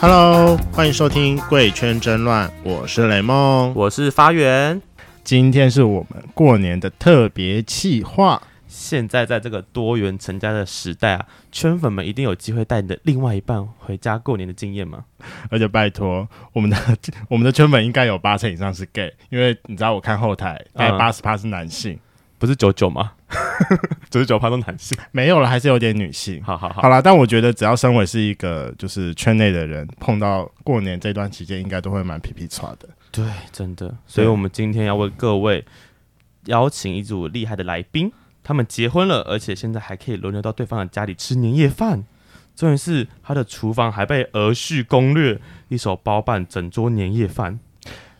Hello，欢迎收听《贵圈争乱》，我是雷梦。我是发源。今天是我们过年的特别企划，现在在这个多元成家的时代啊，圈粉们一定有机会带你的另外一半回家过年的经验吗？而且拜托我们的 我们的圈粉应该有八成以上是 gay，因为你知道我看后台大概嗯八十趴是男性，不是九九吗？九十九趴都男性。没有了还是有点女性。好好好好，啦，但我觉得只要身为是一个就是圈内的人，碰到过年这段期间，应该都会蛮皮皮叉的。对，真的。所以我们今天要为各位邀请一组厉害的来宾，他们结婚了，而且现在还可以轮流到对方的家里吃年夜饭。重点是他的厨房还被儿婿攻略，一手包办整桌年夜饭。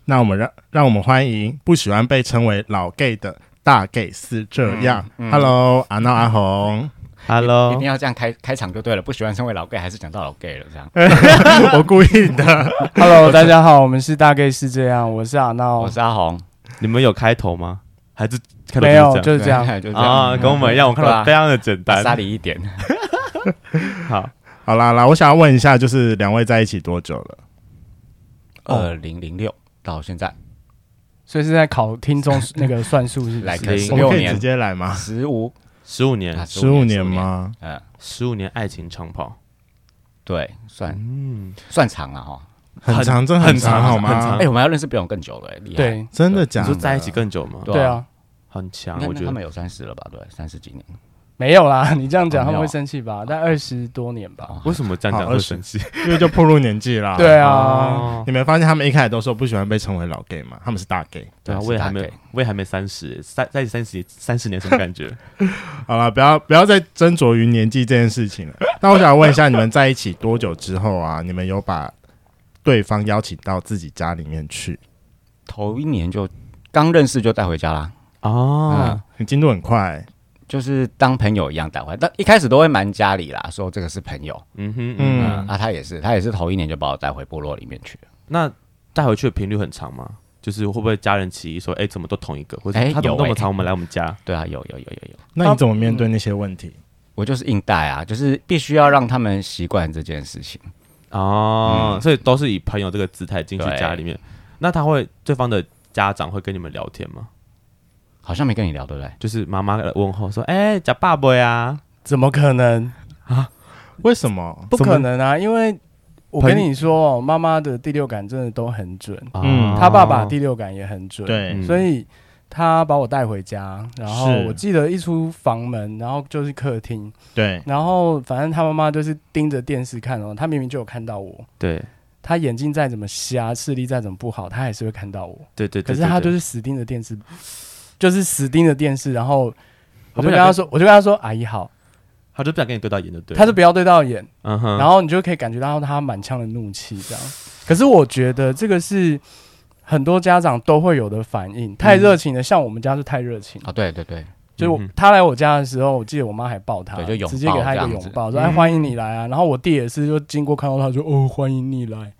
那我们让让我们欢迎不喜欢被称为老 gay 的大 gay 是这样。Hello，阿闹阿红，一 Hello，定要这样开开场就对了，不喜欢身为老 gay 还是讲到老 gay 了这样。哦 我故意的。 Hello，大家好，我们是大概是这样，我是阿我闹，哦是阿红，你们有开头吗？还是开头没有是这样就是 这样。对就是这样啊？跟我们一样，我看对到啊非常的简单。沙里一点，好，好啦啦，我想要问一下，就是两位在一起多久了？哦二零零六到现在所以是在考听众那个算术是不来是？个零十我们六可以直年，接来吗？十五哎十五啊年，十五年？吗？ 15嗯，十五年爱情长跑，对，算嗯，算长了哈。很很长，真的很长长好很长吗哎、？我们要认识比我们更久了、哎厉害。对真的你假说的？在一起更久吗？对对啊，很强你，看，我那觉他们得有三十了吧？对，三十几年。没有啦，你这样讲哦他没有们会生气吧？但二十多年吧，哦为什么这样讲好会生气？因为就步入年纪啦。对啊，哦你没发现他们一开始都说不喜欢被称为老 gay 吗？他们是大 gay。对啊，是我也大还没 gay，我也还没三十，三在一起三十三十年什么感 觉？好了，不要不要再斟酌于年纪这件事情了。 那我想问一下，你们在一起多久之后啊？你们有把对方邀请到自己家里面去？头一年就刚认识就带回家啦。哦，嗯你进度很快、就是当朋友一样带回来，但一开始都会瞒家里啦，说这个是朋友。嗯哼，嗯，嗯嗯，，啊，他也是，他也是头一年就把我带回部落里面去了。那带回去的频率很长吗？就是会不会家人起疑说，哎，怎么都同一个，或者哎他怎么有那么哎长，我们来我们家？对啊，有有有有有，那你怎么面对那些问题？我就是硬带啊，就是必须要让他们习惯这件事情。哦，所以都是以朋友这个姿态进去对家里面。那他会对方的家长会跟你们聊天吗？好像没跟你聊，对不对？就是妈妈的问候说，哎，假爸爸呀，怎么可能？为什么？不可能啊！因为我朋跟你说哦，妈妈的第六感真的都很准，嗯哦她爸爸第六感也很准，，哦对，嗯所以她把我带回家，然后是我记得一出房门，然后就是客厅，对，然后反正她妈妈就是盯着电视看哦，她明明就有看到我，对他眼睛再怎么瞎，视力再怎么不好，他还是会看到我。对对对，可是他就是死盯着电视，就是死盯着电视，然后不我就想跟他说，我就跟他说：“阿姨好。他就不想跟你对到眼就”对了，他就不要对到眼，嗯哼，然后你就可以感觉到他满腔的怒气这样。可是我觉得这个是很多家长都会有的反应，嗯太热情了，像我们家是太热情了。啊，对对对，就是我嗯哼他来我家的时候，我记得我妈还抱他，对就拥抱直接给他一个拥抱，这说：“样哎，子欢迎你来啊！”然后我弟也是，就经过看到他就哦，欢迎你来。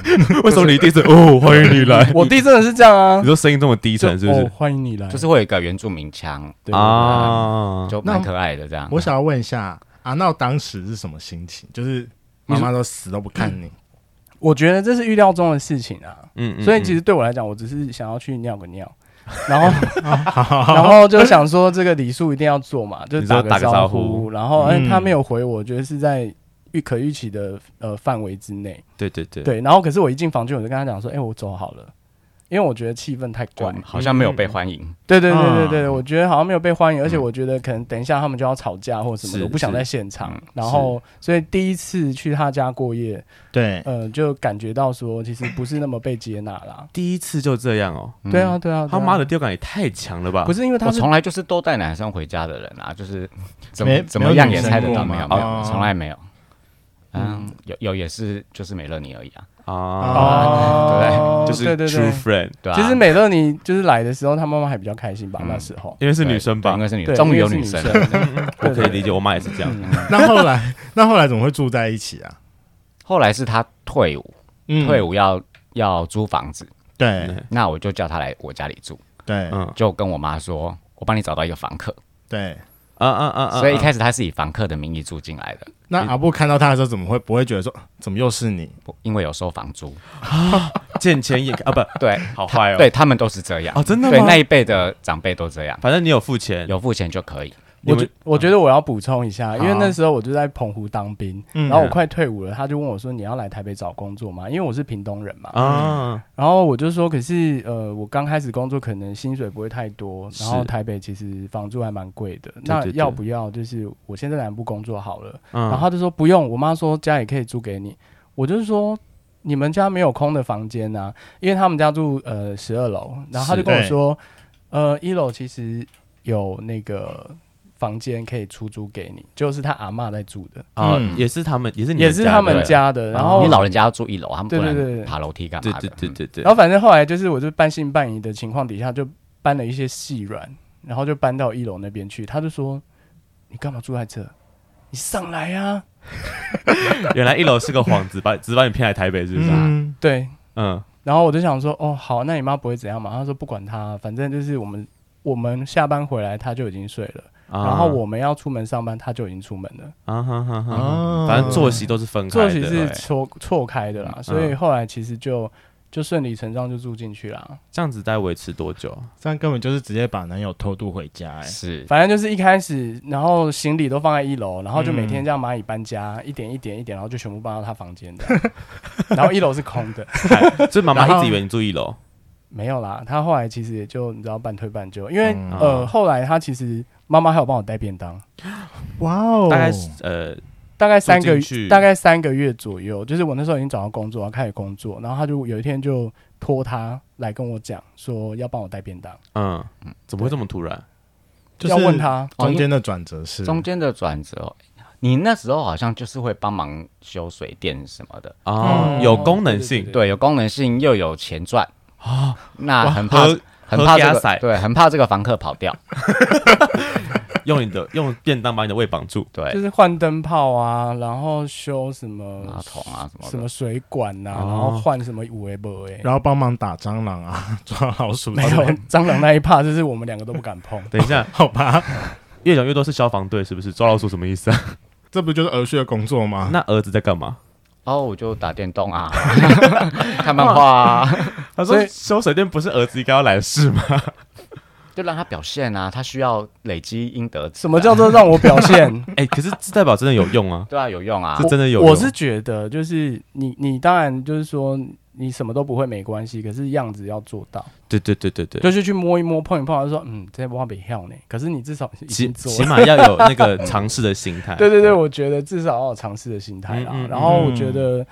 为什么你弟是哦欢迎你来？ 我弟真的是这样啊 你，说声音这么低沉就是不哦是？欢迎你来，就是会有一个原住民腔，对啊，就蛮可爱的这样。我想要问一下，阿闹当时是什么心情？就是嗯妈妈都死都不看你，我觉得这是预料中的事情啊，嗯嗯所以其实实对我来讲，我只是想要去尿个尿，然后 然后就想说这个礼数一定要做嘛，就你是说打打个招招呼然后哎、嗯他没有回我，我觉得是在预可预期的呃范围之内，对对对，对，然后可是我一进房间我就跟他讲说，哎、我走好了。因为我觉得气氛太怪就，好像没有被欢迎，对对对对嗯对，我觉得好像没有被欢迎，而且我觉得可能等一下他们就要吵架或什么是的，我不想是在现场嗯。然后，所以第一次去他家过夜，对，呃，就感觉到说其实不是那么被接纳啦。第一次就这样哦，嗯对啊，对啊，对啊他妈的，第六感也太强了吧？不是因为他我是从来就是都带男生回家的人啊，就是怎没么怎么样也猜得到，没没有女生过有没吗有，哦从来没有。嗯，有有也是就是美乐你而已啊，啊，哦，就是对对 true 对。 friend，对啊。其实美乐你就是来的时候，他妈妈还比较开心吧？嗯那时候因为是对女生吧对应？该是女，对，终于有因为女是生生了。， 我可以理解。解，我妈也是这样。嗯那后来那后来怎么会住在一起啊？后来是她退伍，嗯退伍要要租房子，对那我就叫她来我家里住，对嗯就跟我妈说，我帮你找到一个房客。对，啊啊啊啊！所以一啊开始他是以房客的名义住进来的，那阿布看到他的时候，怎么会不会觉得说怎么又是你？不因为有收房租。见钱眼开啊，不，对，好坏哦。对他们都是这样哦，。真的对吗？那一辈的长辈都这样，反正你有付钱，有付钱就可以。你我们觉我觉得我要补充一下，因为好那时候我就在澎湖当兵，嗯然后我快退伍了，他就问我说：“你要来台北找工作吗？”因为我是屏东人嘛，啊，然后我就说：“可是呃，我刚开始工作可能薪水不会太多，是然后台北其实房租还蛮贵的，对嗯那对要不要就是我先在南部工作好了？”然然后他就说不用，我妈说家里可以租给你。我就是说你们家没有空的房间呐、因为他们家住呃十二楼，然后他是就跟我对说，呃一楼其实有那个房间可以出租给你，就是他阿嬷在住的，啊嗯也是他们，也是你也是他们的哦家的。然后你老人家要住一楼，他们不对对对对能爬楼梯干对嘛的？对对对对然后反正后来就是我就半信半疑的情况底下就搬了一些细软，然后就搬到一楼那边去。他就说你干嘛住在这？你上来啊！对，原来一楼是个幌子，把只把你骗来台北，是不是？啊嗯，对，嗯，然后我就想说，哦，好，那你妈不会怎样嘛？她说不管她，反正就是我们我们下班回来，她就已经睡了，啊然后我们要出门上班，她就已经出门了，啊哈哈哈，哦反正作息都是分开作的，息是对错错开的啦，所以后来其实就就顺理成章就住进去啦。这样子，在维持多久？这样根本就是直接把男友偷渡回家、哎，是反正就是一开始，然后行李都放在一楼，然后就每天嗯这样蚂蚁搬家，一点一点一点，然后就全部搬到她房间的， 然后一楼是空的，所以妈妈然一后直以为你住一楼，没有啦。她后来其实也就你知道半推半就，因为、嗯呃后来她其实妈妈还有帮我带便当。哇哦，大概是呃大概三个住进去大概三个月左右，就是我那时候已经找到工作，开始工作，然后他就有一天就托他来跟我讲说要帮我带便当，嗯，怎么会这么突然？就是要问他中间的转折是中间的转折。你那时候好像就是会帮忙修水电什么的，哦，嗯有功能性对对，有功能性又有钱赚啊，那很怕和很怕这和加个塞对，很怕这个房客跑掉，用你的用便当把你的胃绑住，对，就是换灯泡啊，然后修什么马桶啊什哦什么么的，水管呐、哦然后换什么五 A 不 A，然后帮忙打蟑螂啊， 抓老鼠之没类的，有 蟑螂那一趴，就是我们两个都不敢 。碰等一下，好吧？越讲越多是消防队，是不是？抓老鼠什么意思啊？这不就是儿婿的工作啊吗？那儿子在干嘛？哦，我就打电动啊， 看漫画啊，他所说以修水电不是儿子应该要来的事吗？就让他表现啊，他需要累积应得值啊，什么叫做让我表 现？哎、可是这代表真的有用啊，对啊，有用啊是，真的有用。我是觉得就是你你当然就是说你什么都不会没关系，可是样子要做到。对对对对对，就是去摸一摸、碰一碰，就说嗯，这波没跳呢。可是你至少已起经做起了。码要有那个尝试的心态。 对对对，我觉得至少要有尝试的心态啦。嗯嗯嗯然后我觉得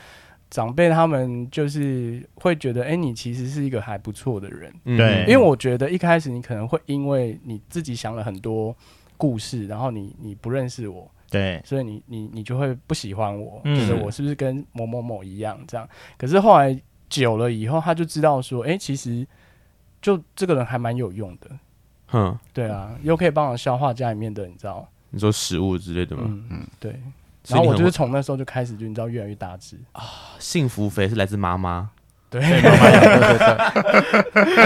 长辈他们就是会觉得，哎、你其实是一个还不错的人。嗯，对因为我觉得一开始你可能会因为你自己想了很多故事，然后你你不认识我，对，所以你你你就会不喜欢我，嗯觉得我是不是跟某某某一样这样？可是后来久了以后，他就知道说，哎、其实就这个人还蛮有用的。哼，对啊，又可以帮我消化家里面的，你知道？你说食物之类的吗？嗯嗯，对。所以然后你我很就是从那时候就开始，就你知道越来越大只。 幸福肥是来自妈妈，对，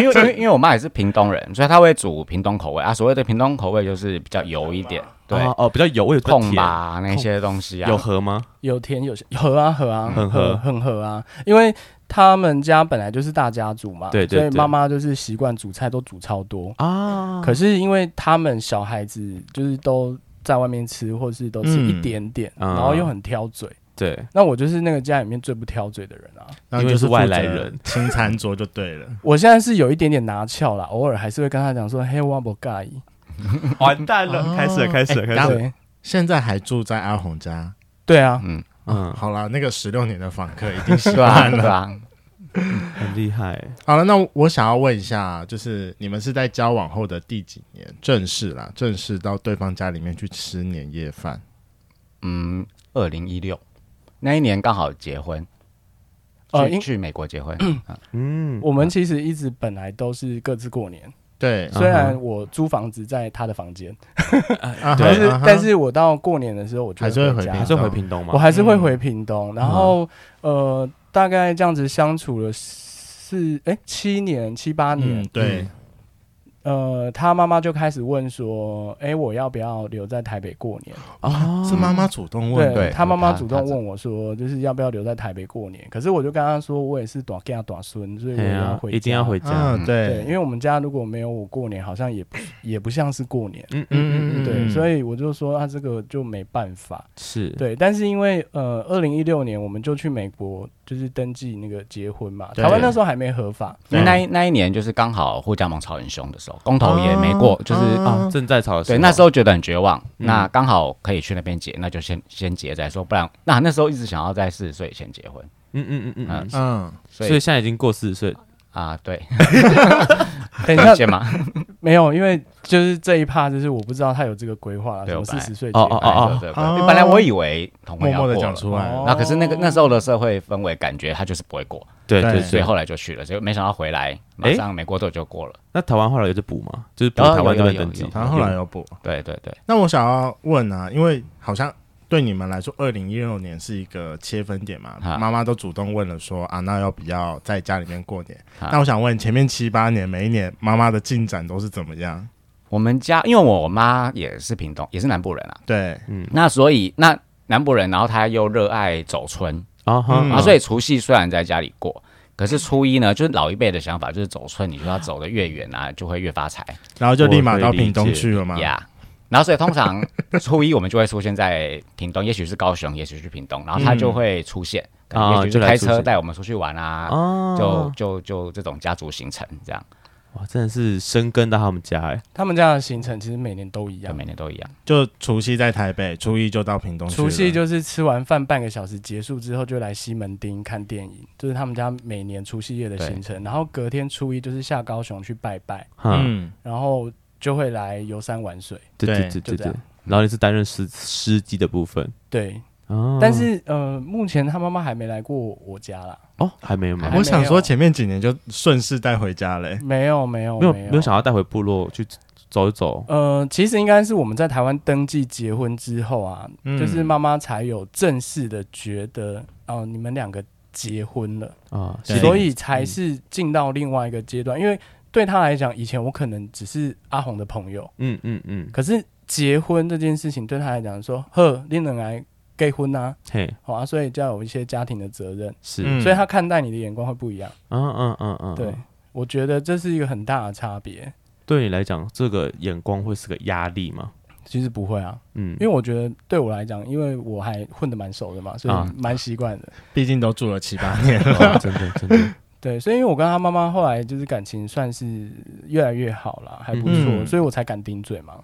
因为因为因为我妈也是屏东人，所以她会煮屏东口味啊。所谓的屏东口味就是比较油一点，对，哦哦，比较有味道控，吧那些东西啊，有核吗？有甜有咸合啊合啊很合合很合啊，因为他们家本来就是大家族嘛，对对所以对妈妈就是习惯煮菜都煮超多。啊，可是因为他们小孩子就是都在外面吃，或是都吃一点点，嗯然后又很挑嘴。对，那我就是那个家里面最不挑嘴的人啊！然因后为就是是外来人，清餐桌就对了。我现在是有一点点拿翘啦，偶尔还是会跟他讲说：“嘿，我不介意。完蛋了，哦开始了，开始了，哎开”然始后了，对现在还住在阿红家，对啊，嗯，啊嗯，好啦，那个十六年的访客已经习对啊，惯对 了。啊，很厉害。好了，那我想要问一下，就是你们是在交往后的第几年正式啦？正式到对方家里面去吃年夜饭？嗯，二零一六那一年刚好结婚，呃去因去美国结婚，啊嗯，我们其实一直本来都是各自过年，对，啊嗯虽然我租房子在他的房间，啊对但是啊哈但是我到过年的时候，我就还是会回回家，还屏是回屏东我吗？还是会回屏东。然后呃，大概这样子相处了四哎七年七八嗯年嗯，，对，呃，他妈妈就开始问说：“哎、我要不要留在台北过年？”啊是妈妈主动问的，哦对啊他妈妈他主他动这问我说，就是要不要留在台北过年？可是我就跟他说，我也是短嫁短孙，所以我对也要啊，回，一定要。回家。啊，嗯对，因对，为我们家如果没有我过年，好像也不也不像是过年。嗯嗯嗯嗯，对，嗯所以我就说啊，这个就没办法。是，对，但是因为呃，二零一六年我们就去美国，就是登记那个结婚嘛。对台湾那时候还没合 法，因为那一那一年就是刚好护家盟吵很凶的时候，公哦投也没过，就是啊，正在吵的时候，对，那时候候觉得很绝望，嗯那刚好可以去那边结，那就先先结再说，不然那那时候一直想要在四十岁以前结婚，嗯嗯嗯嗯嗯，嗯，所所以以现在已经过四十岁，啊，对，等 一下结嘛，没有，因为就是这一趴，就是我不知道他有这个规划了，对什么我四本来十岁结哦婚哦哦对对对，本来我以为同婚默要默的过讲了出来了，哦那可是那个那时候的社会氛围，感觉他就是不会过，对对对所以对。后来就去了，结果没想到回来马诶上没过多久就过了。那台湾后来有就补吗？就是补有有台湾这边有登记有，然后后来有补。对对对，那我想要问啊，因为好像对你们来说，二零一六年是一个切分点嘛，哈妈妈都主动问了说啊，那要不要在家里面过年？哈那我想问，前面七八年每一年妈妈的进展都是怎么样？我们家因为我妈也是屏东，也是南部人啊，对，那所以那南部人，然后她又热爱走村，啊哈嗯啊，所以除夕虽然在家里过，可是初一呢，就是老一辈的想法，就是走村，你就要走得越远啊，就会越发财然后就立马我可以到屏东理解去了嘛。呀。然后所以通常初一我们就会出现在屏东，也许是高雄，也许是屏东，然后他就会出现，可能啊也许就是来开出车现带我们出去玩啊，啊，就就就这种家族行程这样，哇，真的是生根到他们家哎，他们家的行程其实每年都一就样每，年都一样。就除夕在台北，初一就到屏东去了。除夕就是吃完饭半个小时结束之后，就来西门町看电影，就是他们家每年除夕夜的行程。然后隔天初一就是下高雄去拜拜，嗯，嗯，然后就会来游山玩水。对对对对就对这对样。然后你是担任司司机的部分对，嗯啊，但是呃，目前他妈妈还没来过我家啦，哦还没有吗还？我没想有说前面几年就顺势带回家嘞、 没有没有没有没没有想要带回部落去走一走，呃，其实应该是我们在台湾登记结婚之后啊，嗯就是妈妈才有正式的觉得哦、你们两个结婚了。啊，对所以才是进到另外一个阶段。因为对他来讲，以前我可能只是阿红的朋友，嗯嗯嗯，可是结婚这件事情对他来讲，说呵，你能来结婚啊，嘿好、啊，所以就要有一些家庭的责任，是，嗯嗯所以他看待你的眼光会不一样。嗯嗯嗯，对，我觉得这是一个很大的差别。对你来讲，这个眼光会是个压力吗？其实不会啊，嗯，因为我觉得对我来讲，因为我还混得蛮熟的嘛，所啊以蛮习惯的。毕竟都住了七八 年了。哇啊真的真的，对，所以因为我跟他妈妈后来就是感情算是越来越好了，还不错，嗯所以我才敢顶嘴嘛。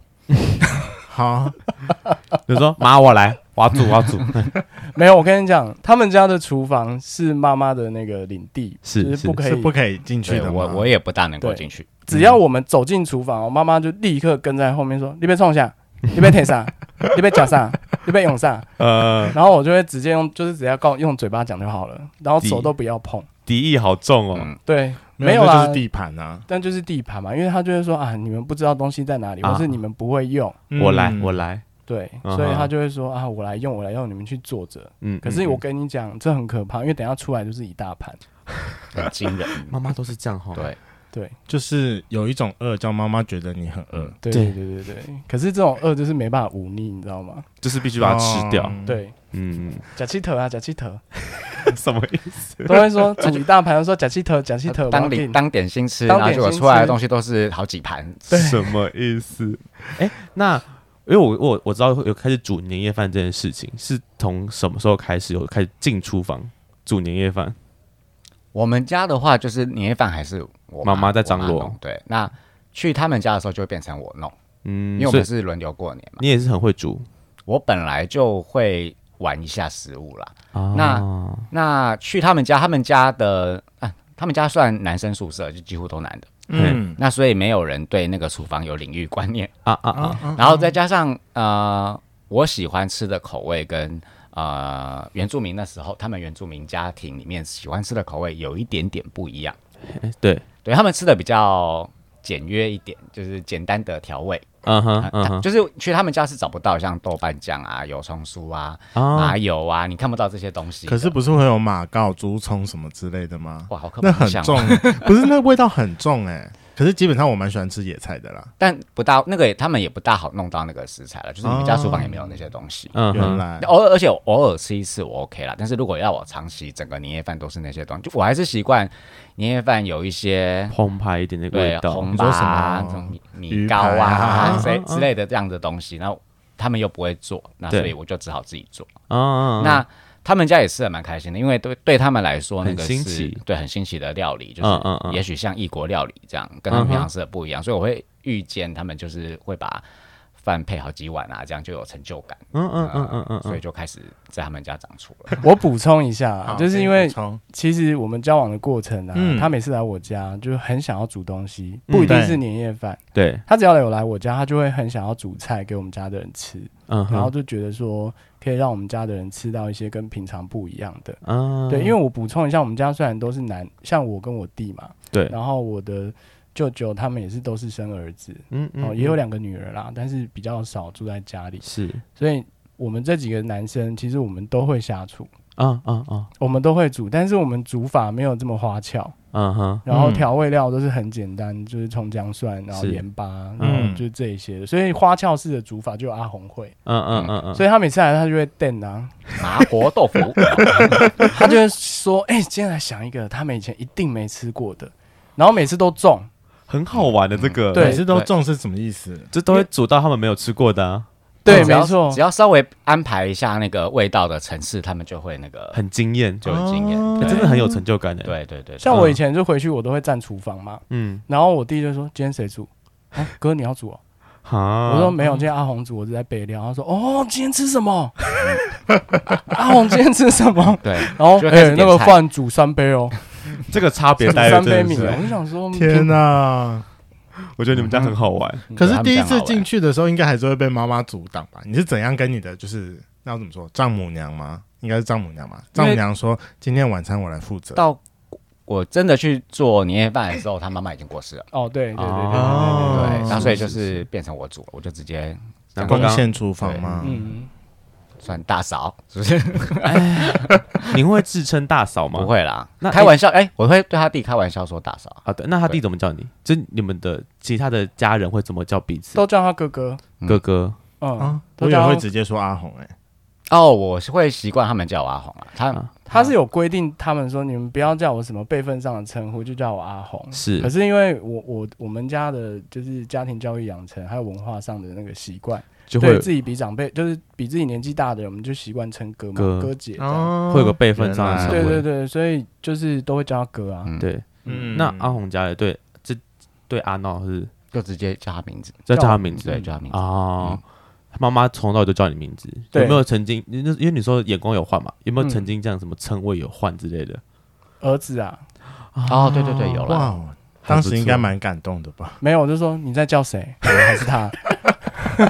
好，就说妈我来，我要煮我要煮，没有，我跟你讲，他们家的厨房是妈妈的那个领地，是就是不 可是以，不可以进去对的我吗我也不大能够对进去，只要我们走进厨房，我妈妈就立刻跟在后面说：“你被冲下，你被舔上，你被夹上，你被涌上。呃”，然后我就会直接用，就是只要告用嘴巴讲就好了，然后手地都不要碰。 敌意好重哦，嗯对，没没有这啦就是地盘啊。但就是地盘嘛，因为他就会说啊，你们不知道东西在哪里，啊或是你们不会用，我来嗯我来，对，嗯哼所以他就会说啊，我来用，我来用，你们去坐着。嗯，可是嗯我嗯跟你讲，这很可怕，因为等一下出来就是一大盘。很惊人。妈妈都是这样哈，对，对，就是有一种饿，叫妈妈觉得你很饿，对对对对对对，可是这种饿就是没办法忤逆，你知道吗？就是必须把它吃掉，哦。对，嗯，假气头啊，假气头，嗯 什么意思？都会说煮一大盘，都说假气头，假气头，当我要点给当点心吃，当然后点结果心出来的吃东西都是好几盘。什么意 思？哎、那因为我我我知道有开始煮年夜饭这件事情，是从什么时候开始有开始进厨房煮年夜饭？我们家的话，就是年夜饭还是我妈妈在张罗我妈弄对，那去他们家的时候就会变成我弄，嗯因为，我所们以是轮流过年嘛。你也是很会煮我本来就会玩一下食物啦。啊那那去他们家，他们家的啊，他们家算男生宿舍，就几乎都男的。嗯，那所以没有人对那个厨房有领域 观念。啊啊啊！然后再加上呃，我喜欢吃的口味跟呃原住民那时候他们原住民家庭里面喜欢吃的口味有一点点不一样，哎对，对他们吃的比较简约一点，就是简单的调味，嗯哼啊嗯他哼就是去他们家是找不到像豆瓣酱啊、油葱酥啊、啊麻油啊，你看不到这些东西嗯的。可是不是会有马告、竹葱什么之类的吗？哇，好刻那板很印象哦。重，不是那味道很重哎、可是基本上我蛮喜欢吃野菜的啦。但不大那个也他们也不大好弄到那个食材了，就是你们哦家厨房也没有那些东西。嗯原哼，来偶尔，而且我偶尔吃一次我 OK 啦。但是如果要我长期整个年夜饭都是那些东西，就我还是习惯年夜饭有一些澎湃一点的对啊味道，红你吧说什么啊、嗯这种米米鱼糕排啊啊之类嗯嗯之类的这样的东西，然后他们又不会做，那对所以我就只好自己做。啊，那他们家也吃的蛮开心的，因为对对他们来说，那很个新是奇对很新奇的料理，就嗯嗯是嗯也许像异国料理这样，跟他们嗯平哼常吃的不一样，所以我会预见他们就是会把饭配好几碗啊，这样就有成就感，啊嗯嗯嗯嗯嗯所以嗯，就开始在他们家长出了。我补充一下啊好，就是可以因为补充其实我们交往的过程啊，嗯他每次来我家就很想要煮东西，嗯不一定对是年夜饭。对，他只要有来我家，他就会很想要煮菜给我们家的人吃，嗯然后哼，就觉得说可以让我们家的人吃到一些跟平常不一样的。啊，对，因为我补充一下，我们家虽然都是男，像我跟我弟嘛，对，然后我的舅舅他们也是都是生儿子，嗯哦，嗯，也有两个女儿啦，但是比较少住在家里，是，所以我们这几个男生其实我们都会下厨，啊啊啊，我们都会煮，但是我们煮法没有这么花俏，嗯哼，然后嗯调味料都是很简单，就是葱姜蒜，然后是盐巴，然嗯后就这一些的，所以花俏式的煮法就有阿红会，嗯嗯嗯嗯，所以他每次来他就会瞪啊，麻婆豆 腐，他就会说，哎、今天来想一个他们以前一定没吃过的，然后每次都中，很好玩的这个，嗯对每次都中是什么意思？这都会煮到他们没有吃过的啊，对，只要没错只，要稍微安排一下那个味道的层次，他们就会那个很惊艳，哦就有经验，欸对真的很有成就感的。，对对对，对像我以前就回去我都会站厨房嘛，嗯，然后我弟就说：“今天谁煮？”啊、哥，你要煮、哦？好，我说没有，今天阿红煮，我是在备料。他说：“哦，今天吃什么？ 阿红今天吃什嗯么对？”然后就哎、开始点那个菜饭煮三杯哦，这个差别煮待遇三杯真的米哦。是，我就想说，天哪、哪、我觉得你们家很好玩。可是嗯他们第一这样次好玩进去的时候，应该还是会被妈妈阻挡吧？你是怎样跟你的就是那要怎么说丈母娘吗？应该是丈母娘吧？因为丈母娘说今天晚餐我来负责。到我真的去做年夜饭的时候，他妈妈已经过世了。哦，对对对对对哦对对对，是那所以就是是变成我煮了，我就直接难怪贡刚献厨房吗？嗯，算大嫂，是不是？嗯您会自称大嫂吗？不会啦那，开玩笑，哎，我会对他弟开玩笑说大嫂，啊。对，那他弟怎么叫你？就你们的其他的家人会怎么叫彼此？都叫他哥哥。嗯哥哥，嗯，啊，都我也叫会直接说阿红哎、哦，我是会习惯他们叫我阿红啊，他啊他是有规定，他们说你们不要叫我什么辈分上的称呼，就叫我阿红。是嗯可是因为我我我们家的就是家庭教育养成，还有文化上的那个习惯。就会对自己比长辈，就是比自己年纪大的人，我们就习惯称哥嘛，哥哥姐这样。哦会有个辈分上的原来对称对对，所以就是都会叫他哥啊。嗯对。嗯那阿红家的对这对阿闹是就直接叫他名字，在叫叫他我名字对，叫他名字。哦。妈妈从头到尾就叫你名字，有嗯对没有曾经？你那因为你说眼光有换嘛，有没有嗯曾经这样什么称谓有换之类的？儿子啊，哦，对对对，有哇了，哦，当时应该还不错蛮感动的吧？没有，我就说你在叫 谁？我还是他。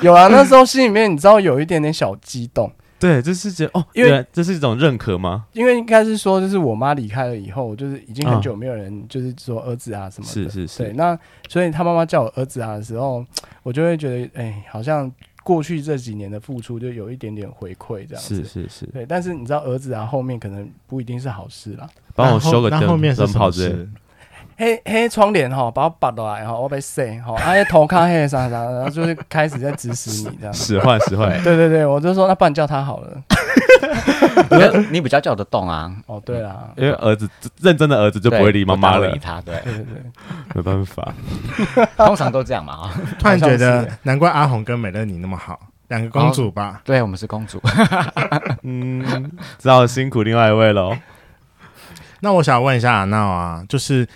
有 啊，那时候心里面你知道有一点点小激动，对，这是觉得哦，因为原来这是一种认可吗？因为应该是说，就是我妈离开了以后，就是已经嗯很久没有人就是说儿子啊什么的。是是对，是，那所以他妈妈叫我儿子啊的时候，我就会觉得，哎、好像过去这几年的付出就有一点点回馈这样子。是是是，对，但是你知道儿子啊，后面可能不一定是好事啦。帮我那后修个那灯，后面是灯什泡么之类的。。事？黑黑窗帘哈，把我拔落来哈，我被塞哈，啊，那头看黑啥啥， 然后就是开始在指使你这样使坏使坏，对对对，我就说那不然叫他好了。你比你比较叫得动啊，哦，对啦，因为儿子认真的儿子就不会理对妈妈不大了会理，他，对，对对对，没办法。通常都这样嘛 啊。突然觉好像得难怪阿红跟美乐你那么好，两个公主吧？对，我们是公主，嗯，只好辛苦另外一位喽。那我想问一下阿闹啊，就是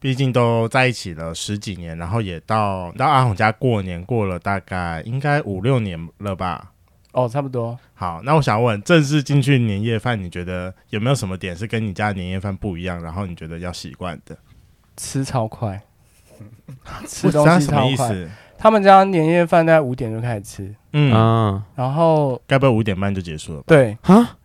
毕竟都在一起了十几年，然后也到到阿红家过年过了大概应该五六年了吧？哦，差不多。好，那我想问，正式进去年夜饭，你觉得有没有什么点是跟你家的年夜饭不一样，然后你觉得要习惯的？吃超快，我吃知东道西什么超意快。思？他们家年夜饭大概五点就开始吃，嗯，啊然后该不会五点半就结束了吧？对，啊，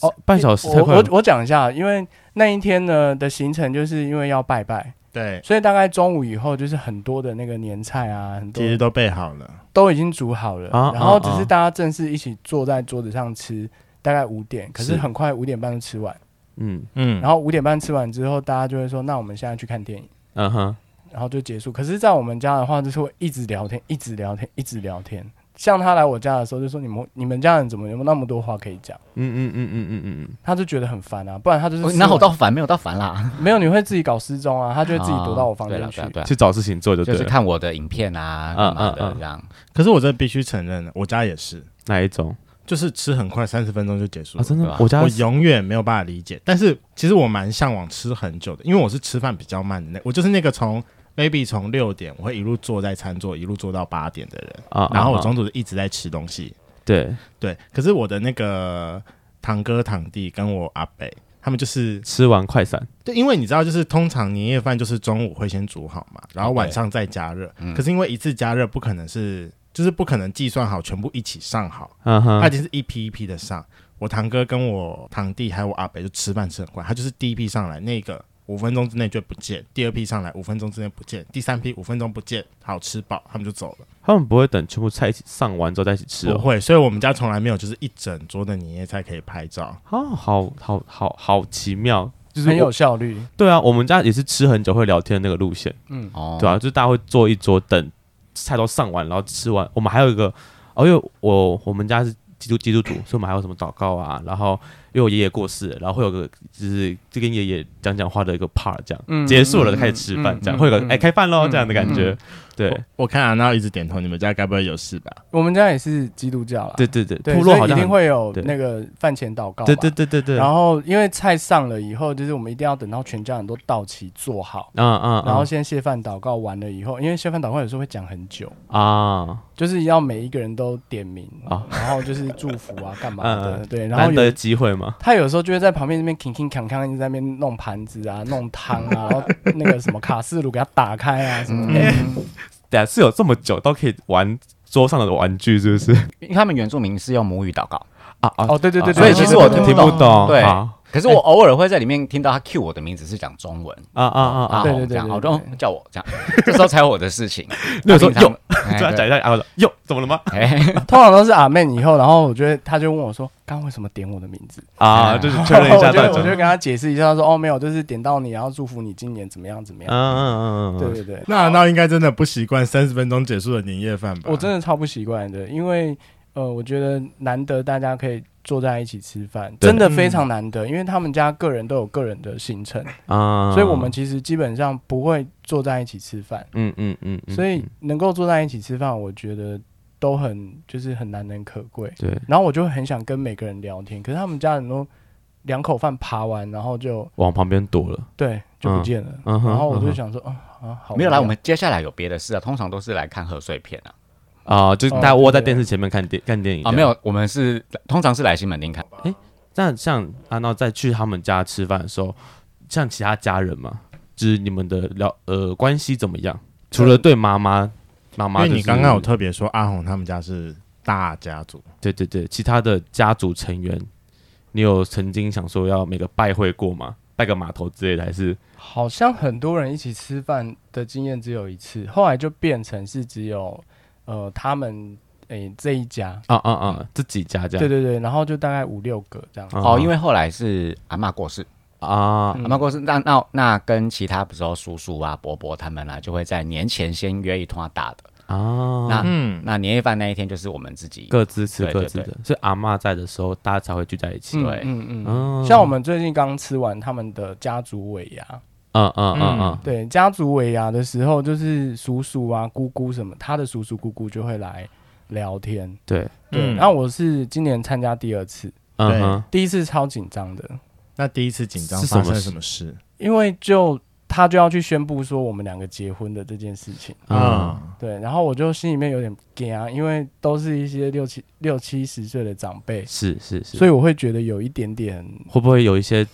哦半小时太我快我了。我讲一下，因为那一天呢的行程就是因为要拜拜，对，所以大概中午以后就是很多的那个年菜啊，很多其实都备好了。都已经煮好了，啊然后只啊啊是大家正式一起坐在桌子上吃，大概五点，可是是很快五点半就吃完。嗯嗯，然后五点半吃完之后，大家就会说，那我们现在去看电影，嗯哼，然后就结束。可是，在我们家的话，就是会一直聊天，一直聊天，一直聊天。像他来我家的时候，就说你们你们家人怎么有那么多话可以讲？嗯嗯嗯嗯嗯嗯嗯，他就觉得很烦啊，不然他就是哦我 吃哪有完到烦，没有到烦啦，没有你会自己搞失踪啊，他就会自己躲到我房啊对间啦去。对啦对啦去找事情做就对就是了。看我的影片啊，嗯干嘛嗯的嗯这样。可是我真的必须承认，啊我家也是，哪一种就是吃很快，三十分钟就结束啊？了。真对的吧，我家我永远没有办法理解，但是其实我蛮向往吃很久的，因为我是吃饭比较慢的那，我就是那个从 maybe 从六点我会一路坐在餐桌一路坐到八点的人，啊，啊然后我啊中途一直在吃东西，对对，可是我的那个堂哥堂弟跟我阿伯，他们就是吃完快闪，对，因为你知道，就是通常年夜饭就是中午会先煮好嘛，然后晚上再加热，嗯可是因为一次加热不可能是，就是不可能计算好全部一起上好，嗯他哼，已经是一批一批的上。我堂哥跟我堂弟还有我阿伯就吃饭吃很快，他就是第一批上来那个五分钟之内就不见，第二批上来五分钟之内不见，第三批五分钟不见，好吃饱他们就走了。他们不会等全部菜一起上完之后再一起吃不哦。会，所以我们家从来没有就是一整桌的年夜菜可以拍照。啊，好好好好奇妙，就是很有我效率，对啊，我们家也是吃很久会聊天的那个路线，哦，对啊，就是大家会坐一桌等菜都上完，然后吃完。我们还有一个，哦，因为我我们家是基督基督徒，所以我们还有什么祷告啊，然后因为我爷爷过世了，然后会有个就是就跟爷爷讲讲话的一个 part 这样，嗯结束了嗯就开始吃饭嗯，这样、嗯会有个嗯哎、开饭喽这样的感觉，对我我看阿闹一直点头，你们家该不会有事吧？我们家也是基督教啦，对对对，对，部所落以好一像定很会有对那个饭前祷告吧，对对对对对，然后因为菜上了以后，就是我们一定要等到全家人都到齐坐好，啊啊，然后先谢饭祷告完了以后，因为谢饭祷告有时候会讲很久，啊，就是要每一个人都点名啊嗯然后就是祝福啊干嘛的，对，然后难得有。机会嘛，他有时候就会在旁边那边勤勤康康，一直在那边弄盘子啊、弄汤 啊，然后那个什么卡式炉给他打开啊什么的。对啊，是有这么久都可以玩桌上的玩具，是不是？因为他们原住民是用母语祷告，啊啊，哦，对对对对，所以其实我听听不不懂，懂对啊可是我偶尔会在里面听到他 cue 我的名字是讲中文啊啊啊，啊，对对对这样对好，对然后叫我这样， 这时候才有我的事情。那时候平常哟，哎突然讲一下，然后说哟，怎么了吗？ 对 哎通常都是阿妹以后，然后我觉得他就问我说：“刚刚为什么点我的名字啊，哎就是？”确然认后一 我下就到我底就怎么跟他解释一下，他说：“哦，没有，就是点到你，然后祝福你今年怎么样怎么嗯样。嗯嗯嗯，对对对，那阿闹应该真的不习惯三十分钟结束的年夜饭吧？我真的超不习惯的，因为呃，我觉得难得大家可以坐在一起吃饭，对真的非常难得，因为他们家个人都有个人的行程，啊，所以我们其实基本上不会坐在一起吃饭，嗯嗯嗯，嗯所以能够坐在一起吃饭，我觉得都很就是很难能可贵。对，然后我就很想跟每个人聊天，可是他们家人都两口饭扒完，然后就往旁边躲了，对就不见了。嗯哼然后我就想说，啊、啊，好无聊，没有啦，我们接下来有别的事啊，通常都是来看贺岁片啊。啊，就是大家窝在电视前面看电看电影啊，没有，我们是通常是来西门町看，但像阿闹在去他们家吃饭的时候，像其他家人嘛，就是你们的聊呃关系怎么样？除了对妈妈，妈因妈、为就是，你刚刚有特别说阿红他们家是大家族，对对对，其他的家族成员，你有曾经想说要每个拜会过吗？拜个码头之类的，还是好像很多人一起吃饭的经验只有一次，后来就变成是只有呃他们诶、这一家，啊啊啊自己家这样？对对对，然后就大概五六个这样。哦，因为后来是阿嬷过世，哦啊嗯阿嬷过世，那那那跟其他比如说叔叔啊、伯伯他们啊，就会在年前先约一通打的。啊，那嗯，那年夜饭那一天就是我们自己，各自吃对各对自对的，所以阿嬷在的时候，大家才会聚在一起。嗯对嗯嗯嗯像我们最近刚吃完他们的家族尾牙，嗯嗯嗯嗯，对家族尾牙的时候，就是叔叔啊、姑姑什么，他的叔叔姑姑就会来聊天。对，对，嗯然后我是今年参加第二次，嗯哼，第一次超紧张的，那第一次紧张是什发生么了事什么事因为就他就要去宣布说我们两个结婚的这件事情，啊啊？对，然后我就心里面有点惊啊，因为都是一些六七六七十岁的长辈，是是是，所以我会觉得有一点点，会不会有一些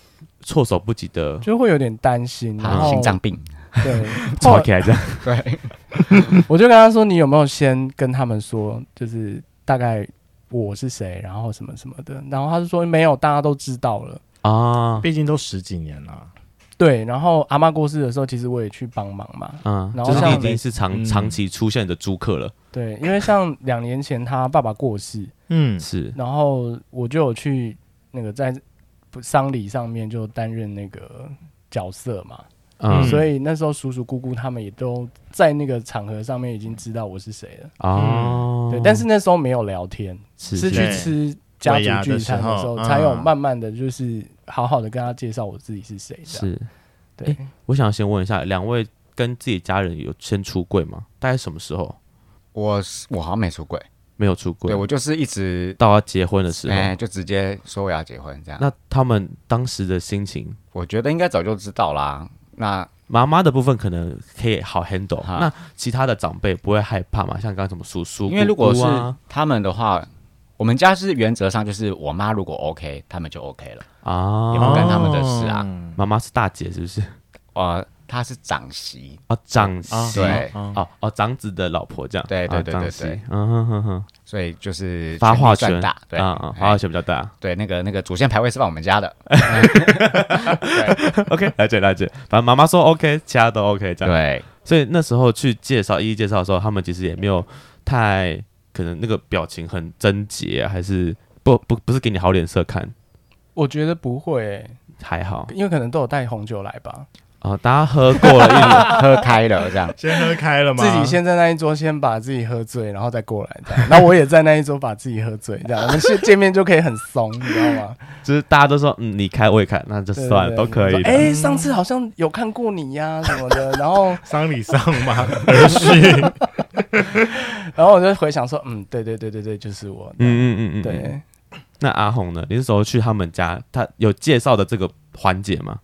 措手不及的就会有点担心，然他后心脏病，对， 吵后来起来 这样？对，我就跟他说，你有没有先跟他们说，就是大概我是谁，然后什么什么的，然后他就说没有，大家都知道了。 啊，毕竟都十几年了，对，然后阿妈过世的时候，其实我也去帮忙嘛。嗯，然就后是像你已每经是长嗯长期出现的租客了，对，因为像两年前他爸爸过世，嗯是然后我就有去那个在不丧礼上面就担任那个角色嘛，嗯，所以那时候叔叔姑姑他们也都在那个场合上面已经知道我是谁了。哦，嗯对，但是那时候没有聊天，是是是去对吃家族聚餐的时尾牙的时候候，嗯。才有慢慢的就是好好的跟他介绍我自己是谁。这样，是，对，我想先问一下，两位跟自己家人有先出柜吗？大概什么时候？我是我好像没出轨，没有出柜对，我就是一直到要结婚的时候，哎、就直接说我要结婚这样。啊那他们当时的心情，我觉得应该早就知道啦。那妈妈的部分可能可以好 handle，哈那其他的长辈不会害怕嘛？像刚刚什么叔叔，因为如果姑是姑啊他们的话，我们家是原则上就是我妈如果 OK，他们就 OK 了，也啊，不干他们的事啊。妈妈是大姐是不是？呃，她是长媳，啊，长媳，对哦哦，长子的老婆这样，对对啊对长对媳对嗯哼哼哼，所以就是哦发话权力权算大，对啊啊，哎发话权比较大。 对，那个那个主线排位是放我们家的， OK，了解了解，反正妈妈说 OK，其他都 OK 这样。对，所以那时候去介绍一一介绍的时候，他们其实也没有太可能那个表情很贞洁啊、还是不不不是给你好脸色看，我觉得不会、欸，还 好因为可能都有带红酒来吧，啊、大家喝过了一轮，喝开 了这样先喝开了吗？自己先在那一桌先把自己喝醉，然后再过来这样。 然后我也在那一桌把自己喝醉， 这样我们见见面就可以很怂，你知道吗？就是大家都说嗯你开我也开，那就对算了，对都可以说的。哎、上次好像有看过你呀、什么的， 然后丧礼上吗？儿婿。然后我就回想说，嗯，对对对对对，就是我。嗯嗯嗯嗯，嗯。对，那阿红呢？你那时候去他们家，他有介绍的这个环节吗？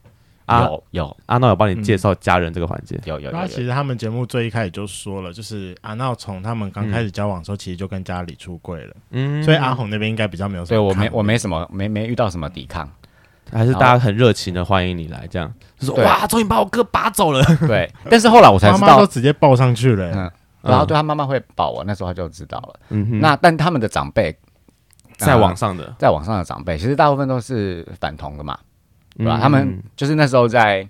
啊有有阿闹有帮你介绍家人这个环节，有有有那其有，实他们节目最一开始就说了，就是阿闹从他们刚开始交往的时候，其实就跟家里出柜了，嗯，所以啊阿红那边应该比较没有什所以么我抗没议。我没什么没没遇到什么抵抗， 还是大家很热情的欢迎你来，这样就说对哇，终于把我哥拔走了，对。但是后来我才妈知妈都道，直接抱上去了、欸嗯然后对他妈妈会抱我，那时候他就知道了。嗯哼，那但他们的长辈在网呃上的在网上的长辈，其实大部分都是反同的嘛，对吧？嗯啊他们就是那时候在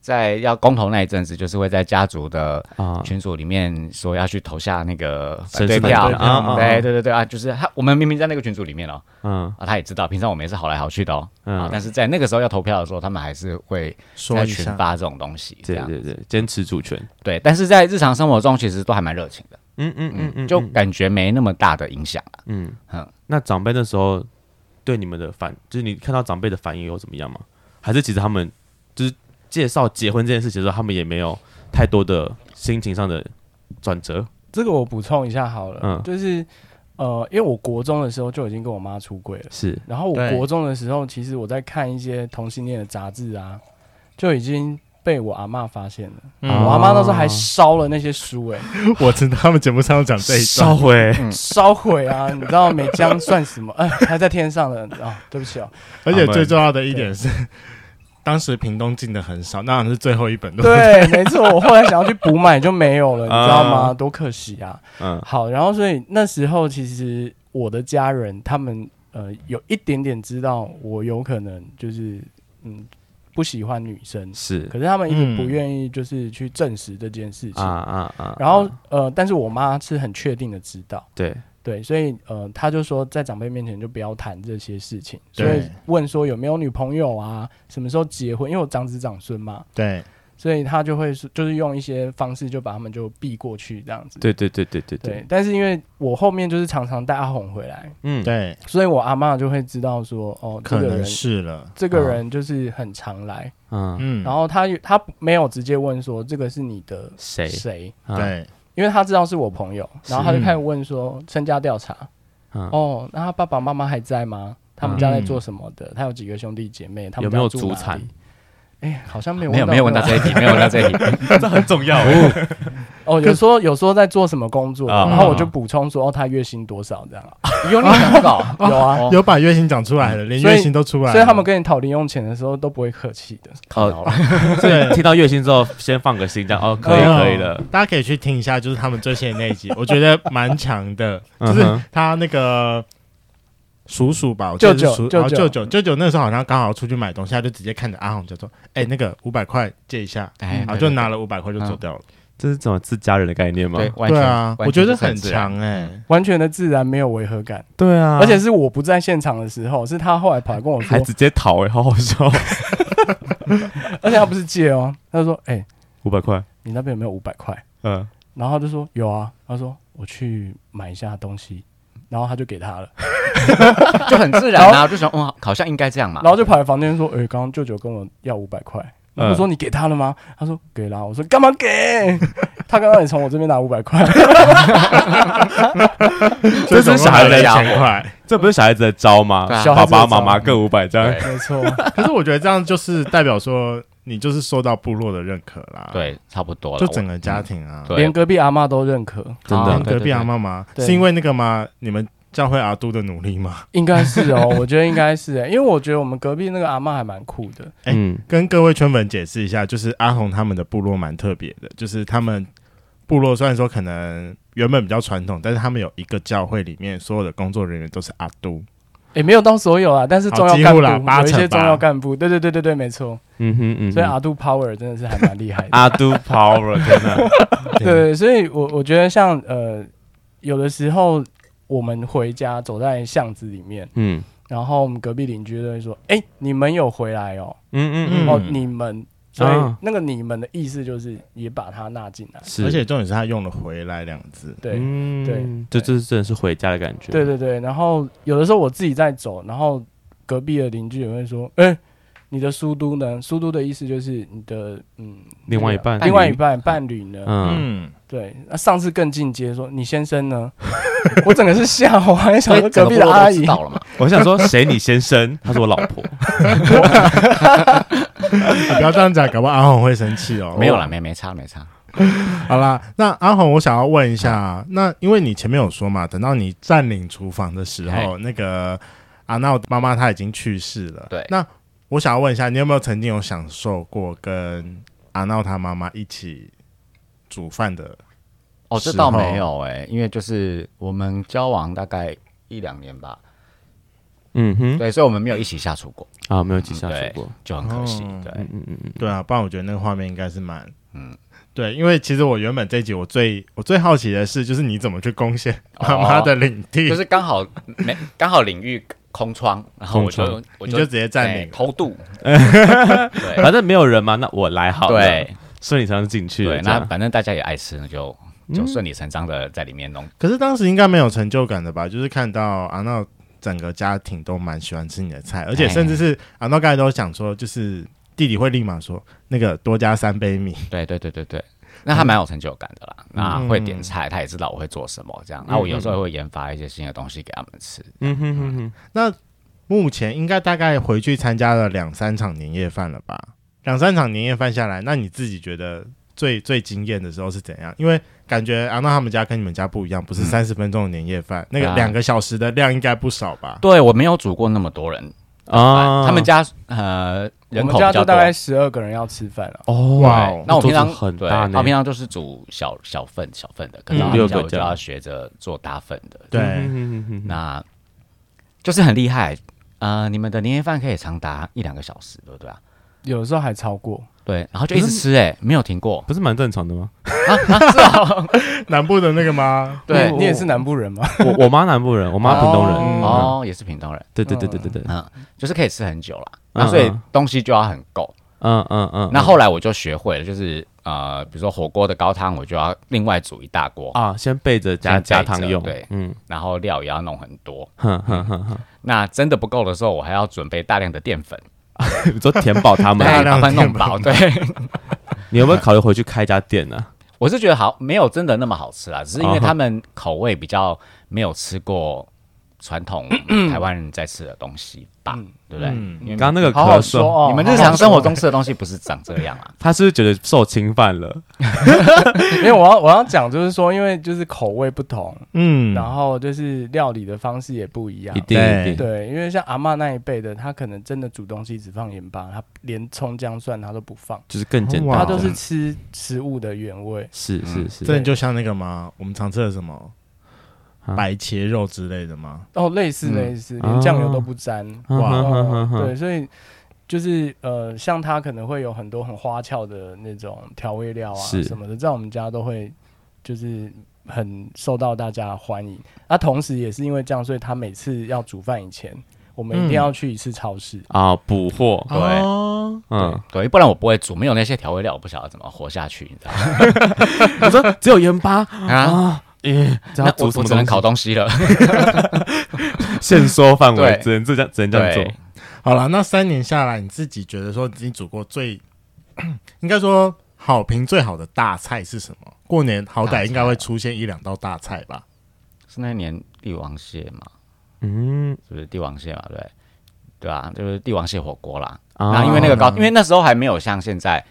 在要公投那一阵子，就是会在家族的啊，群组里面说要去投下那个反神对圣的票对，啊啊对对对对啊，就是他，我们明明在那个群组里面哦，嗯啊，他也知道，平常我们也是好来好去的哦，啊，但嗯，是在那个时候要投票的时候，他们还是会说在一群下，发这种东西，这对样对对，坚持主权，对，但是在日常生活中其实都还蛮热情的，嗯嗯嗯嗯，就感觉没那么大的影响啊嗯嗯，那长辈那时候对你们的反，就是你看到长辈的反应有怎么样吗？还是其实他们就是介绍结婚这件事情的时候，他们也没有太多的心情上的转折，这个我补充一下好了，嗯就是呃，因为我国中的时候就已经跟我妈出柜了，是然后我对国中的时候，其实我在看一些同性恋的杂志啊，就已经被我阿妈发现了。嗯 哦我阿妈那时候还烧了那些书、欸，我知道他们节目上有讲这一段，毁烧毁啊！你知道美江算什么？哎、 还在天上了啊、对不 起哦。而且最重要的一点是，当时屏东进的很少，那好像是最后一本。，对，没错，我后来想要去补买就没有 了，你知道吗？多可惜啊！嗯好，然后所以那时候其实我的家人他们呃有一点点知道我有可能就是嗯不喜欢女生，是可是他们一直嗯不愿意就是去证实这件事情。啊啊啊，嗯然后啊呃，但是我妈是很确定的知道，对对，所以呃，她就说在长辈面前就不要谈这些事情，所对以问说有没有女朋友啊，什么时候结婚，因为我长子长孙嘛，对，所以她就会说就是用一些方式就把他们就避过去这样子。对对对对对对，，但是因为我后面就是常常带阿红回来，嗯对，所以我阿妈就会知道说，哦，这可个能人是了。这个啊人就是很常来，嗯嗯，然后她她没有直接问说这个是你的谁谁，啊 对，因为他知道是我朋友，然后他就开始问说身家调查，嗯哦，那他爸爸妈妈还在吗？他们家在做什么的？他有几个兄弟姐妹？他有们没有家住祖哪里产？？哎，好像没有没有没有问到这个一题，没有问到 这一题，这很重要哦，有说有说在做什么工作，啊然后我就补充说哦，他月薪多少这样，有你想到 有啊哦有把月薪讲出来了，连所以月薪都出来了，所以他们跟你讨零用钱的时候都不会客气的。哦，对。听到月薪之后，先放个心，这样哦，可以嗯可以了，大家可以去听一下，就是他们最新的那一集，我觉得蛮强的，就嗯是哼他那个叔叔吧，我记得是舅舅叔舅哦舅舅舅舅舅那时候好像刚好出去买东西，他就直接看着阿红就说：“哎、那个五百块借一下。”哎然后就拿了五百块就走掉了。这是怎么自家人的概念吗？对，完全对啊，完我觉全得就是很自然强哎、完全的自然，没有违和感。对啊，而且是我不在现场的时候，是他后来跑来跟我说还，直接逃哎、好好笑， 而且他不是借哦，他就说：“哎、五百块，你那边有没有五百块嗯，？”然后他就说：“有啊。”他说：“我去买一下东西。”然后他就给他了，就很自然啊，就想哇，好像应该这样嘛。啊然后就跑来房间说：“哎、刚刚舅舅跟我要五百块。”嗯然后我说：“你给他了吗？”他说：“给啦。”我说：“干嘛给？”他刚刚也从我这边拿五百块，这这是小孩的的钱块。 这不是小孩子的招吗？对啊爸小孩爸子的招妈妈各五百这样，对 没错，可是我觉得这样就是代表说你就是受到部落的认可啦，，对，差不多了。就整我个家庭啊，对连隔壁阿妈都认可，真啊的跟隔壁阿妈嘛，嗯对对对是因为那个吗？你们教会阿都的努力吗？ 应该是哦，我觉得应该是、哎，因为我觉得我们隔壁那个阿妈还蛮酷的，哎嗯，跟各位圈粉解释一下，就是阿红他们的部落蛮特别的，就是他们部落虽然说可能原本比较传统，但是他们有一个教会里面所有的工作人员都是阿都，也没有到所有啊，但是好重要几干乎部啦八有一成些重吧要干部，对对对对对，没错。嗯哼嗯哼，所以阿杜 Power 真的是还蛮厉嗯害的，啊阿都 power 天 哪， 对，所以我我觉得像呃，有的时候我们回家走在巷子里面，嗯然后我们隔壁邻居就会说：“哎、你们有回来哦，嗯嗯嗯，哦，你们。”所以啊那个你们的意思就是也把他纳进来，是，而且重点是他用了“回来”两个字，对、嗯对这这真的是回家的感觉，对对对。然后有的时候我自己在走，然后隔壁的邻居也会说：“哎、你的苏都呢？苏都的意思就是你的嗯，另外一半另外一半伴侣呢？嗯，嗯，对，那、上次更进阶，说你先生呢？我整个是吓坏，想 所说以隔整个壁部的落阿都姨知，道了嘛。我想说谁你先 生，他是我老婆，啊你不要这样讲，搞不好阿红会生气 哦。没有啦，没没差没差。好啦，那阿红，我想要问一下，那因为你前面有说嘛，等到你占领厨房的时候，那个阿闹妈妈她已经去世了。对那我想要问一下，你有没有曾经有享受过跟阿闹他妈妈一起煮饭的？哦，这时倒候没有哎、因为就是我们交往大概一两年吧，嗯哼，对，所以我们没有一起下厨过，啊，没有记下去过，就很可惜。哦对，嗯嗯嗯，对啊，不然我觉得那个画面应该是蛮，嗯嗯，对，因为其实我原本这一集我最我最好奇的是，就是你怎么去攻陷妈妈的领地，哦就是刚好没 刚好领域空窗，然后我空就我你就直接占领哎。偷 渡，反正没有人嘛，那我来好了，对，顺理成章进去了，对，这那样反正大家也爱吃，那就就顺理成章的在里面弄。可是当时应该没有成就感的吧？就是看到阿闹整个家庭都蛮喜欢吃你的菜，而且甚至是阿闹刚才都讲说，就是弟弟会立马说那个多加三杯米，对对对对对，那他蛮有成就感的啦。那会点菜，他也知道我会做什么这样。那我有时候会研发一些新的东西给他们吃。嗯哼哼哼，目前应该大概回去参加了两三场年夜饭了吧？两三场年夜饭下来，那你自己觉得最最惊艳的时候是怎样？因为感觉阿闹他们家跟你们家不一样，不是三十分钟的年夜饭，那个啊两个小时的量应该不少吧？对我没有煮过那么多人，啊，他们家呃我人们口家比就较大多。概十二个人要吃饭了、哦，哇哦那我平常桌子很对，大呢那我平常都是煮小小份小份的，可嗯能六我个就这样要学着做大份的。对， 嗯哼哼哼哼那就是很厉害。呃，你们的年夜饭可以长达一两个小时，对不对啊？有的时候还超过。对，然后就一直吃、欸，哎，没有停过。不是蛮正常的吗？ 南部的那个吗？对你，你也是南部人吗？我我妈南部人，我妈屏东人，嗯哦，哦也是屏东人，对对对对对对，嗯，就是可以吃很久啦。嗯那所以嗯东西就要很够。嗯嗯嗯，那后来我就学会了，就是呃，比如说火锅的高汤，我就要另外煮一大锅，啊，先备着加先备着加糖用，对嗯， 然后料也要弄很多。哼哼哼哼，那真的不够的时候，我还要准备大量的淀粉，你说填饱他们，大量把的它淀粉弄饱。对， 你有没有考虑回去开一家店啊呢？我是觉得好没有真的那么好吃啦，只是因为哦吼他们口味比较没有吃过传统台湾人在吃的东西吧，对不对？嗯因为刚刚那个好好咳说嗽，哦，你们好好日常生活说中吃的东西不是长这样啊？他是不是觉得受侵犯了？因为我要我要讲就是说，因为就是口味不同，嗯，然后就是料理的方式也不一样一。定对一定，对，因为像阿嬷那一辈的，她可能真的煮东西只放盐巴，她连葱姜蒜她都不放，就是更简哇哦她单都的，是吃食物的原味。是是是，真的就像那个吗？我们常吃的什么啊白切肉之类的吗？哦，类似嗯类似，啊连酱油都不沾。嗯哇哼哼哼哦哼对，所以就是呃，像它可能会有很多很花俏的那种调味料啊是什么的，在我们家都会就是很受到大家的欢迎。那、同时也是因为这样，所以他每次要煮饭以前，我们一定嗯要去一次超市。啊，补货，对哦嗯，对，不然我不会煮，没有那些调味料，我不晓得怎么活下去，你知道吗？我说只有盐巴啊，啊，耶，这那要我煮什我么只东能烤西？东西了。 限缩范围对，只能这样，只能这样做对。好了，那三年下来，你自己觉得说你煮过最， 应该说好评最好的大菜是什么？过年好歹应该会出现一两道大菜 吧？是那一年帝王蟹嘛，嗯是不是帝王蟹嘛？对，对啊，就是帝王蟹火锅啦。啊然后因为那个高，因为那时候还没有像现在，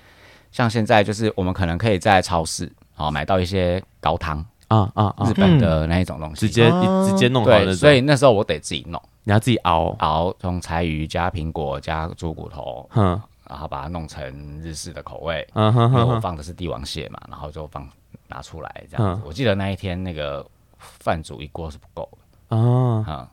像现在就是我们可能可以在超市哦买到一些高汤，啊啊啊日，本的那一种东嗯西。直接啊直接弄好对，那所种，以那时候我得自己弄，你要自己熬，熬从柴鱼加苹果加猪骨头，哼然后把它弄成日式的口味。嗯哼因为哼我哼，放的是帝王蟹嘛，然后就放拿出来这样子嗯。我记得那一天那个饭煮一锅是不够啊，的啊。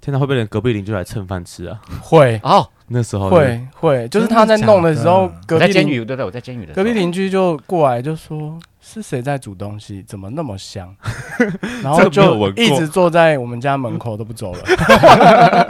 天哪，会不会连隔壁邻居来蹭饭吃啊？ 会哦，那时候会会，就是他在弄的时候，我隔在壁监邻狱，对对，我在监狱的时隔候壁邻居就过来就说。是谁在煮东西？怎么那么香？然后这个没有就闻过一直坐在我们家门口都不走了。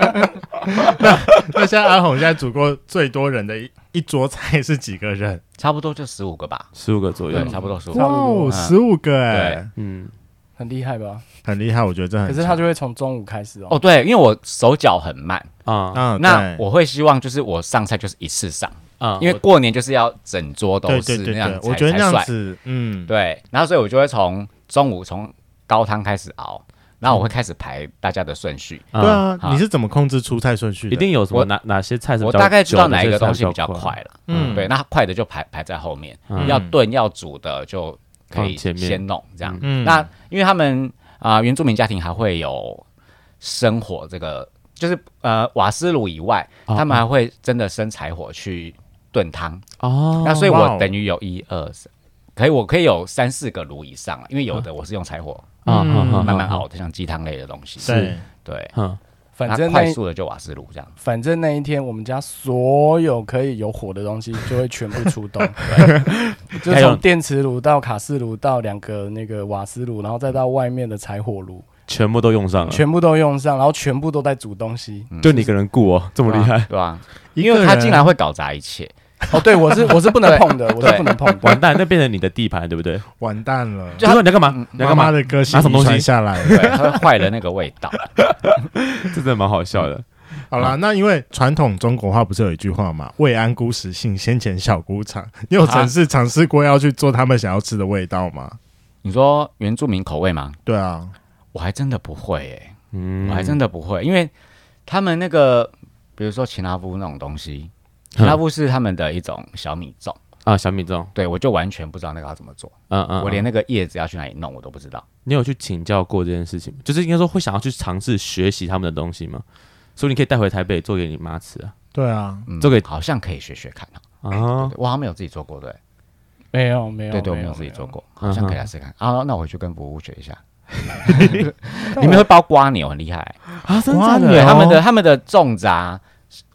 那现在阿红现在煮过最多人的一一桌菜是几个人？差不多就十五个吧，十五个左右对，，差不多十五差不个。嗯多哦，十五个哎、对嗯，很厉害吧？很厉害，我觉得这很可强。是他就会从中午开始哦。哦，对，因为我手脚很慢，啊啊，那对我会希望就是我上菜就是一次上，啊，因为过年就是要整桌都对是对对那样对，才我觉得才那样帅子，嗯，对，然后所以我就会从中午从高汤开始熬，然后我会开始排大家的顺序。啊对啊，好你是怎么控制出菜顺序的？一定有什么我哪哪些菜是我比较大概知久道的哪一这些个菜东西比比较快了，嗯对，那快的就排排在后面，嗯要炖要煮的就可以放前面先弄这样。嗯那因为他们啊、呃原住民家庭还会有生火这个，就是呃瓦斯炉以外，哦他们还会真的生柴火去炖汤。哦，那所以哇我哦等于有一二三，可以我可以有三四个炉以上了，因为有的我是用柴火啊啊啊啊嗯慢慢熬的，像鸡汤类的东西。对，对，嗯反那正那快一速的就瓦斯炉这样。反正那一天，我们家所有可以有火的东西就会全部出动，就还有从电磁炉到卡式炉到两个那个瓦斯炉，然后再到外面的柴火炉，全部都用上了，全部都用上，然后全部都在煮东西。就你一个人顾哦，这么厉害，嗯对啊吧？因因为他竟然会搞砸一切。哦，对我是我是不能碰的，我是不能碰的。完蛋，那变成你的地盘对不对？完蛋了，就说你要干嗯嘛？你妈要干妈嘛？的歌拿行什么东西传下来了。对，它会坏了那个味道。这真的蛮好笑的。好啦，那因为传统中国话不是有一句话嘛，“未安姑食性，先前小姑尝”。 你有尝试尝试过要去做他们想要吃的味道吗？你说原住民口味吗？对啊，我还真的不会诶、嗯我还真的不会，因为他们那个，比如说秦拉夫那种东西，秦拉夫是他们的一种小米粽，啊，小米粽，对我就完全不知道那个要怎么做，嗯嗯，我连嗯那个叶子要去哪里弄我都不知道。你有去请教过这件事情吗，就是应该说会想要去尝试学习他们的东西吗？所以你可以带回台北做给你妈吃啊。对啊，嗯，这个好像可以学学看啊。啊对，我好像没有自己做过，对，没有没有，对对，我没没有有自己做。过，没有好像可以来试看。啊，那我回去跟服务学 一下。你们会包瓜牛，很厉害欸、啊，真哇的假对对，的？他们的他们的粽子啊，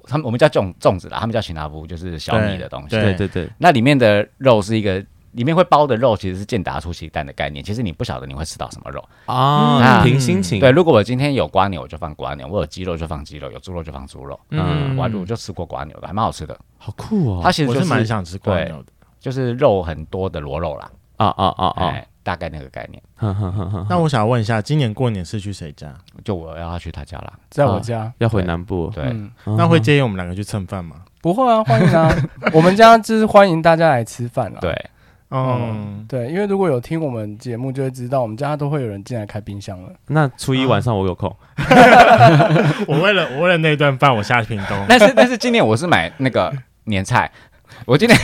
他们我们叫粽粽子啦，他们叫秦拉夫，就是小米的东西。对对对对，那里面的肉是一个，里面会包的肉其实是健达出奇蛋的概念。其实你不晓得你会吃到什么肉。啊，嗯凭心情，对，，如果我今天有瓜牛，我就放瓜牛；我有鸡肉就放鸡肉，有猪肉就放猪肉。嗯嗯，我我就吃过瓜牛的，还蛮好吃的。好酷哦它，其实我就是蛮是想吃瓜牛的。就是肉很多的螺肉啦，啊啊啊啊哎，大概那个概念。哼哼哼哼，那我想问一下，今年过年是去谁家？就我要去他家啦，在我家，要回南部，哦对，嗯，那会嗯建议我们两个去蹭饭吗？不会啊，欢迎 啊，我们家就是欢迎大家来吃饭啦。对，嗯，对，因为如果有听我们节目，就会知道我们家都会有人进来开冰箱了。 那初嗯一晚上我 有空，我为了我为了那顿饭，我下屏东。但是但是今年我是买那个年 菜，我今年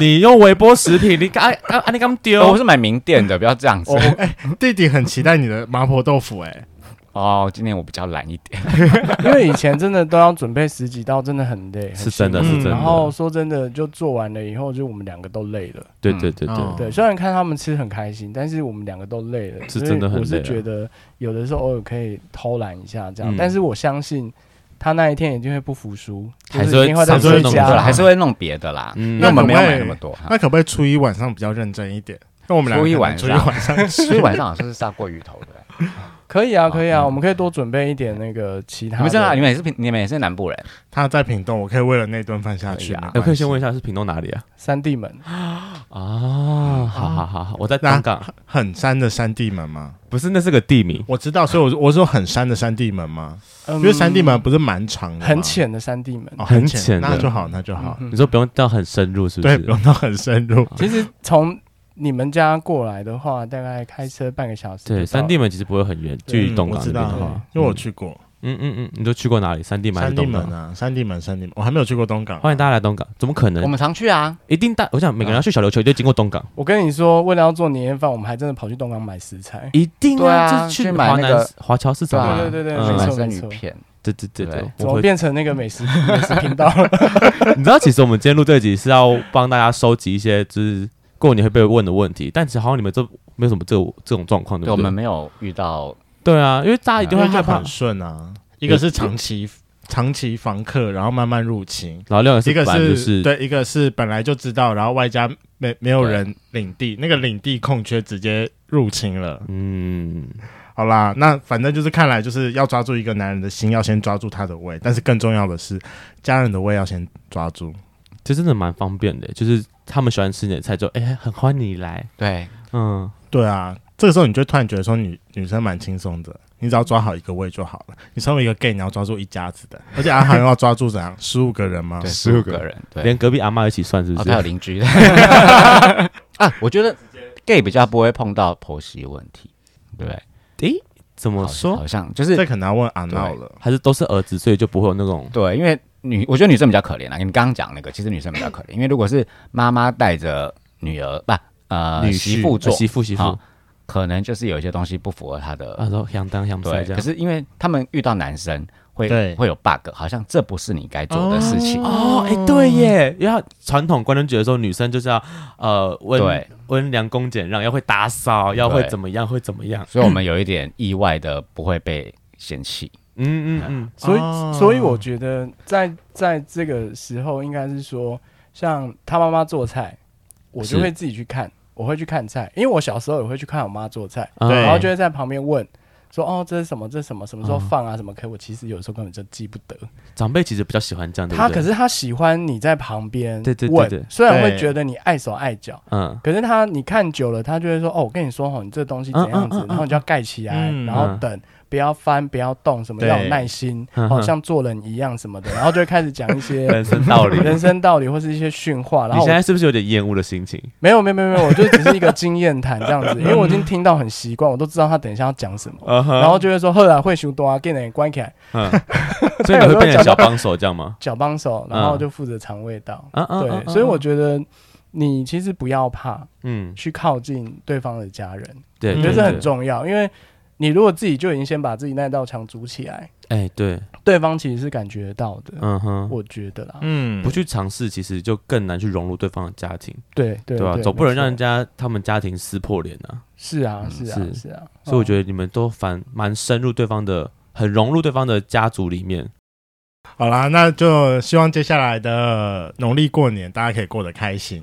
你嗯用微波食品，你敢啊啊你敢哦我丢？哦是买名店的，不要这样子我。哎， 弟弟很期待你的麻婆豆腐哎。哦，今年我比较懒一点，因为以前真的都要准备十几道，真的很累，很是真的，辛是真苦嗯的。然后说真的，就做完了以后，就我们两个都累了。对对对对，嗯对，虽然看他们吃很开心，但是我们两个都累了。是真的很累啊所以我是觉得有的时候偶尔可以偷懒一下这样，嗯但是我相信他那一天一定会不服输，就还是是一定会在还是会追弄啊加出来对啦，了，还是会弄别的啦，嗯因为我们没有买那么多。哈那可不可以初一晚上比较认真一点？那我们两个初一可能晚初一上晚上所以晚上好像是炸过鱼头的。可以哦啊，可以啊，嗯我们可以多准备一点那个其他 你的。们 在哪？你们也是平，你们也是南部 人，他在屏东，我可以为了那顿饭下去。可以啊没关系我可以先问一下是屏东哪里啊？三地门啊，好好好好，我在哦那东港，很山的山地门吗？不是那是个地名，我知道，所以我 我说很山的山地门吗？嗯因为山地门不是蛮长的吗，很浅的三地门，哦，很很浅浅，的那就好，那就好。嗯你说不用到很深入是 不对，不是？用到很深入。嗯嗯其实从你们家过来的话，大概开车半个小时就到了。对，三地门其实不会很远，距离嗯东我港知那边道的话，，因为我去过嗯嗯嗯，你都去过哪里？三地门还山是地东门港？啊，山地门，山地门，我还没有去过东港。啊欢迎大家来东港，怎么可我能？们常去啊。一定大，我想每个人要去小琉球，一定经过东港，我跟你说，为了要做年夜饭，我们还真的跑去东港买食材。一定对啊就是去去买华那南个华侨市场吧啊，对对对嗯没买错生没鱼错片，对对对对对，我怎么会变成那个美食 美食频道了？ 你知道，其实我们今天录这集是要帮大家收集一些就是过年会被问的问题，但其实好像你们这没有什么这这种状况，对对，不我对？们没有遇到，对啊，因为大家一定因会为就害怕很，顺啊，一个是长期长期房客，然后慢慢入侵。然后另外一个本来就是对，一个是本来就知道，然后外加没没有人领地，那个领地空缺直接入侵了。嗯，好啦，那反正就是看来就是要抓住一个男人的心，要先抓住他的胃，但是更重要的是家人的胃要先抓住。这真的蛮方便的，就是他们喜欢吃你的菜就哎、很欢迎你来，对，嗯，对啊，这个时候你就突然觉得说女女生蛮轻松的，你只要抓好一个胃就好了。你身为一个 gay，你要抓住一家子的，而且阿航要抓住怎样十五个人吗？对， 15十五个个人，对，连隔壁阿妈一起算是不哦，是？他有邻居 啊。我觉得 gay 比较不会碰到婆媳问题，对不对？怎么好说？好像就是这可能要问阿闹了。还是都是儿子，所以就不会有那种对，因为女，我觉得女生比较可怜啊。你刚刚讲那个，其实女生比较可怜，因为如果是妈妈带着女儿，不、呃女婿媳妇嗯呃做，媳妇媳妇好可能就是有一些东西不符合她的。啊，说相当相对，这可样。是因为他们遇到男生会对会有 bug，好像这不是你该做的事情。哦，哎、对耶，因为他传统观念觉得说女生就是要呃温对温良恭俭让，要会打扫，要会对怎么样，会怎么样。所以我们有一点意外的不会被嫌弃。嗯嗯嗯，所以，哦所以我觉得在在这个时候，应该是说，像他妈妈做菜，我就是会自己去看，我会去看菜，因为我小时候也会去看我妈做菜，啊对然后就会在旁边问说：“哦，这是什么？这是什么？什么时候放啊？什么？”可我其实有时候根本就记不得。长辈其实比较喜欢这样，对不他对可是他喜欢你在旁边对对对对问，虽然会对觉得你碍手碍脚，嗯，可是他你看久了，他就会说：“哦，我跟你说哦，你这东西怎样嗯子嗯嗯，嗯然后你就要盖起来，嗯然后等，不要翻，不要动，什么对要有耐心，嗯好嗯像做人一样什么的。”然后就会开始讲一些 人生道理。人生道理或是一些训话。然你后现我在是不是有点厌恶的心情？没有没有没有没有，我就只是一个经验谈这样 子，因为我已经听到很习惯，我都知道他等一下要讲什么，然然后就会说：“后来会修多啊，给你关起来，呃 嗯， 所以你会变成小帮手这样吗？脚帮手，然嗯后就负责尝味道。”啊啊，啊对，所以我觉得你其实不要怕嗯，去靠近对方的家人，对，我嗯觉得对这很对重要，因为你如果自己就已经先把自己那道墙筑起来，哎，对，对方其实是感觉到的，嗯哼，我觉得啦，嗯不去尝试，其实就更难去融入对方的家庭，对对对吧？对总不能没错让人家他们家庭撕破脸啊。是啊是啊是是啊，所以我得觉得你们都反蛮深入对方的，很融入对方的家族里面。好啦，那就希望接下来的农历过年大家可以过得开心。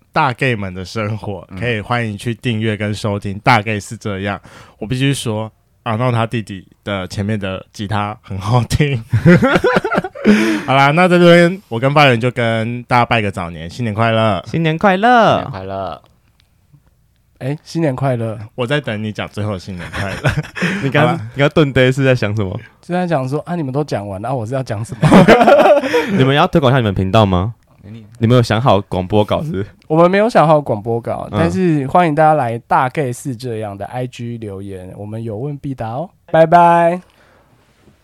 大 gay 们的生活，可以欢迎去订阅跟收听。大 gay 是这样，我必须说，阿闹他弟弟的前面的吉他很好 听。好啦，那在这边我跟发源就跟大家拜个早年，新年快乐！新年快新年乐！快乐！哎，新年快乐！我在等你讲最后新年快 乐。你刚你刚顿呆是在想 什么？就在讲说啊，你们都讲完了，啊我是要讲什么？ 你们要推广一下你们频道吗？你们有想好广播稿是不是？我们没有想好广播稿，嗯但是欢迎大家来大概是这样的 IG 留言，我们有问必答哦，拜拜。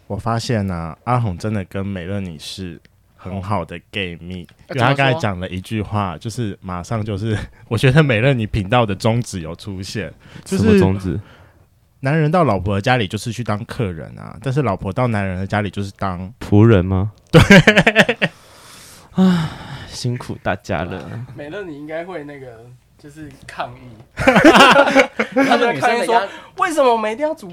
我发现呢、阿红真的跟美乐你是很好的 gay 蜜，呃因为他怎么刚才说讲了一句话，就是 马上就是，我觉得美乐你频道的宗旨有出现，就什么是宗 旨？男人到老婆的家里就是去当客人啊，但是老婆到男人的家里就是当仆人吗？对，啊，辛苦大家了。美乐，你应该会那个就是抗议，他抗议说为什么我们一定要主